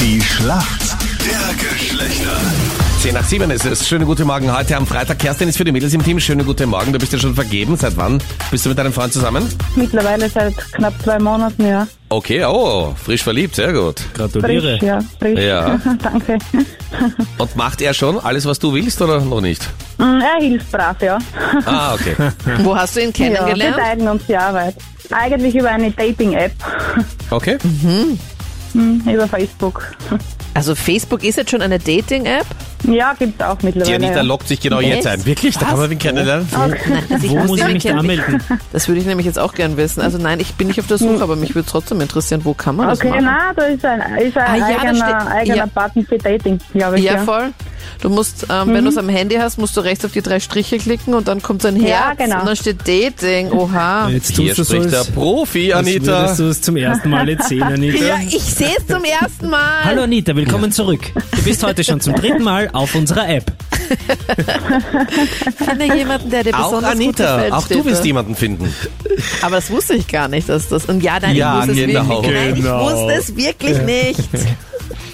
Die Schlacht der Geschlechter. 10 nach 7 ist es. Schöne guten Morgen heute am Freitag. Kerstin ist für die Mädels im Team. Schöne guten Morgen. Du bist ja schon vergeben. Seit wann bist du mit deinem Freund zusammen? Mittlerweile seit knapp zwei Monaten, ja. Okay, oh, frisch verliebt. Sehr gut. Gratuliere. Frisch, ja, frisch. Ja. Danke. Und macht er schon alles, was du willst oder noch nicht? Mm, er hilft brav, ja. Ah, okay. Wo hast du ihn ja. Wir kennengelernt? teilen uns die Arbeit. Eigentlich über eine Dating-App, Okay. Hm, über Facebook. also Facebook ist jetzt schon eine Dating-App? Ja, gibt's auch Die mittlerweile. Anita ja. lockt sich genau jetzt ein. Wirklich? Da Was? haben wir ihn kennengelernt. Nein, also Wo muss muss die ich mir mich da kennen. anmelden? Das würde ich nämlich jetzt auch gern wissen. Also nein, ich bin nicht auf der Suche, aber mich würde trotzdem interessieren, wo kann man das Hm. Okay, machen? na, da ist ein, ist ein Ah, ja, da eigener, steht- eigener ja. Button für Dating, glaube ich. Ja, voll. Du musst, ähm, Mhm. wenn du es am Handy hast, musst du rechts auf die drei Striche klicken und dann kommt so ein Ja, Herz genau. und dann steht Dating. Oha. Jetzt Hier tust du so, spricht der als, Profi, als Anita. würdest du es zum ersten Mal erzählen, Anita. Ja, ich sehe es zum ersten Mal. ähm, Hallo Anita, willkommen zurück. Du bist heute schon zum dritten Mal auf unserer App. Ich kenne jemanden, der dir Auch besonders gut gefällt. Anita, auch du steht wirst da. jemanden finden. Aber das wusste ich gar nicht, dass das. Und ja, nein, Ja, ich wusste genau. es wirklich. Nein, Genau. ich wusste es wirklich nicht.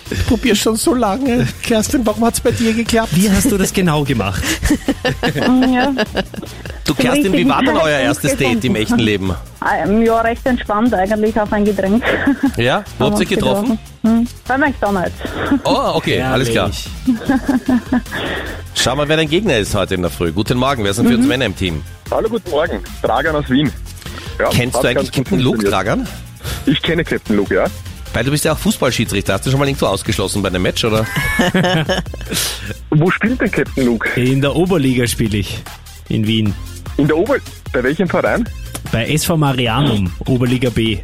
Ich probiere schon so lange. Kerstin, warum hat es bei dir geklappt? Wie hast du das genau gemacht? Mm, ja. Du, Kerstin, wie war denn euer erstes Date im echten Leben? Ähm, ja, recht entspannt eigentlich auf ein Getränk. Ja? Wo habt ihr euch getroffen? Hm, Bei McDonalds. Oh, okay, alles klar. Herrlich. Schau mal, wer dein Gegner ist heute in der Früh. Guten Morgen, wer sind für uns Männer im Team? Hallo, guten Morgen. Dragan aus Wien. Ja, Kennst hat ganz du eigentlich gut Captain Luke, funktioniert. Dragan? Ich kenne Captain Luke, ja. Weil du bist ja auch Fußballschiedsrichter. Hast du schon mal irgendwo ausgeschlossen bei einem Match, oder? Wo spielt denn Captain Luke? In der Oberliga spiele ich. In Wien. In der Ober... Bei welchem Verein? Bei SV Marianum, Oberliga B.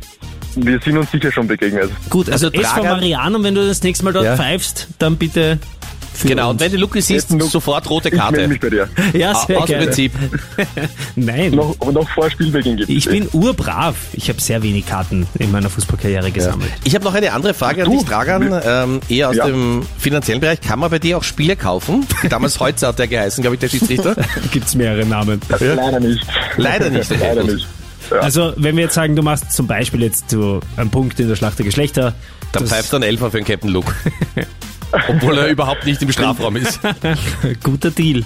Wir sind uns sicher schon begegnet. Gut, also, also SV Dragan- Marianum, wenn du das nächste Mal dort Ja. pfeifst, dann bitte. für Genau, und uns. wenn du Luke siehst, Captain Luke. sofort rote Ich melde Karte. Ah, mich bei dir. Ja, Aus sehr gerne. Prinzip. Nein. Noch, noch vor Spielbeginn gibt's Ich dich. bin urbrav. Ich habe sehr wenig Karten in meiner Fußballkarriere gesammelt. Ich habe noch eine andere Frage an Du. dich, Dragan, ähm, eher aus Ja. dem finanziellen Bereich. Kann man bei dir auch Spiele kaufen? Damals Holzer hat der geheißen, glaube ich, der Schiedsrichter. Gibt es mehrere Namen. Leider nicht. Leider nicht, okay, Leider gut. nicht. Also, wenn wir jetzt sagen, du machst zum Beispiel jetzt so einen Punkt in der Schlacht der Geschlechter. Dann das- pfeift er einen Elfer für den Captain Luke. Obwohl er überhaupt nicht im Strafraum ist. Guter Deal.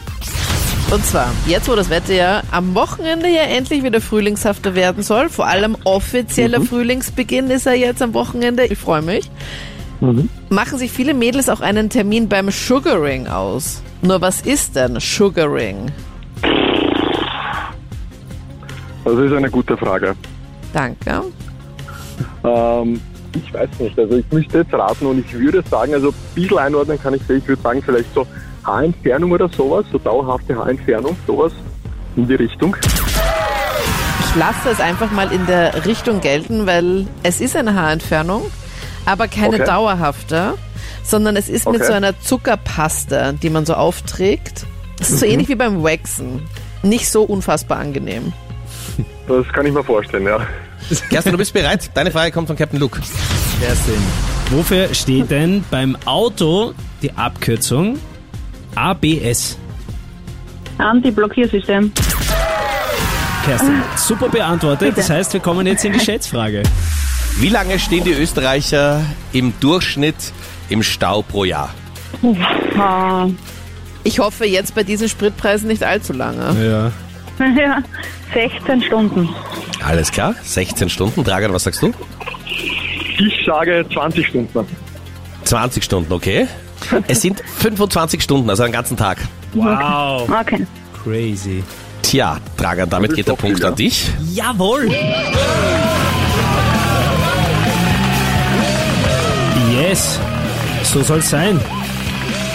Und zwar, jetzt wo das Wetter ja am Wochenende ja endlich wieder frühlingshafter werden soll, vor allem offizieller Frühlingsbeginn ist er jetzt am Wochenende, ich freue mich, machen sich viele Mädels auch einen Termin beim Sugaring aus. Nur was ist denn Sugaring? Das ist eine gute Frage. Danke. Ähm, ich weiß nicht. Also ich müsste jetzt raten und ich würde sagen, also ein bisschen einordnen kann ich dir. Ich würde sagen, vielleicht so Haarentfernung oder sowas, so dauerhafte Haarentfernung, sowas in die Richtung. Ich lasse es einfach mal in der Richtung gelten, weil es ist eine Haarentfernung, aber keine Okay. dauerhafte, sondern es ist mit Okay. so einer Zuckerpaste, die man so aufträgt. Das Mhm. ist so ähnlich wie beim Waxen. Nicht so unfassbar angenehm. Das kann ich mir vorstellen, ja. Kerstin, du bist bereit? Deine Frage kommt von Captain Luke. Kerstin. Wofür steht denn beim Auto die Abkürzung ABS? Anti-Blockiersystem. Kerstin, super beantwortet. Das heißt, wir kommen jetzt in die Schätzfrage. Wie lange stehen die Österreicher im Durchschnitt im Stau pro Jahr? Ah, Ich hoffe jetzt bei diesen Spritpreisen nicht allzu lange. Ja. ja, 16 Stunden. Alles klar, 16 Stunden. Dragan, was sagst du? Ich sage 20 Stunden. 20 Stunden, okay. Es sind 25 Stunden, also einen ganzen Tag. Wow. Okay. Crazy. Tja, Dragan, damit Das ist geht der doch viel, Punkt ja. an dich. Jawohl. Yes. So soll's sein.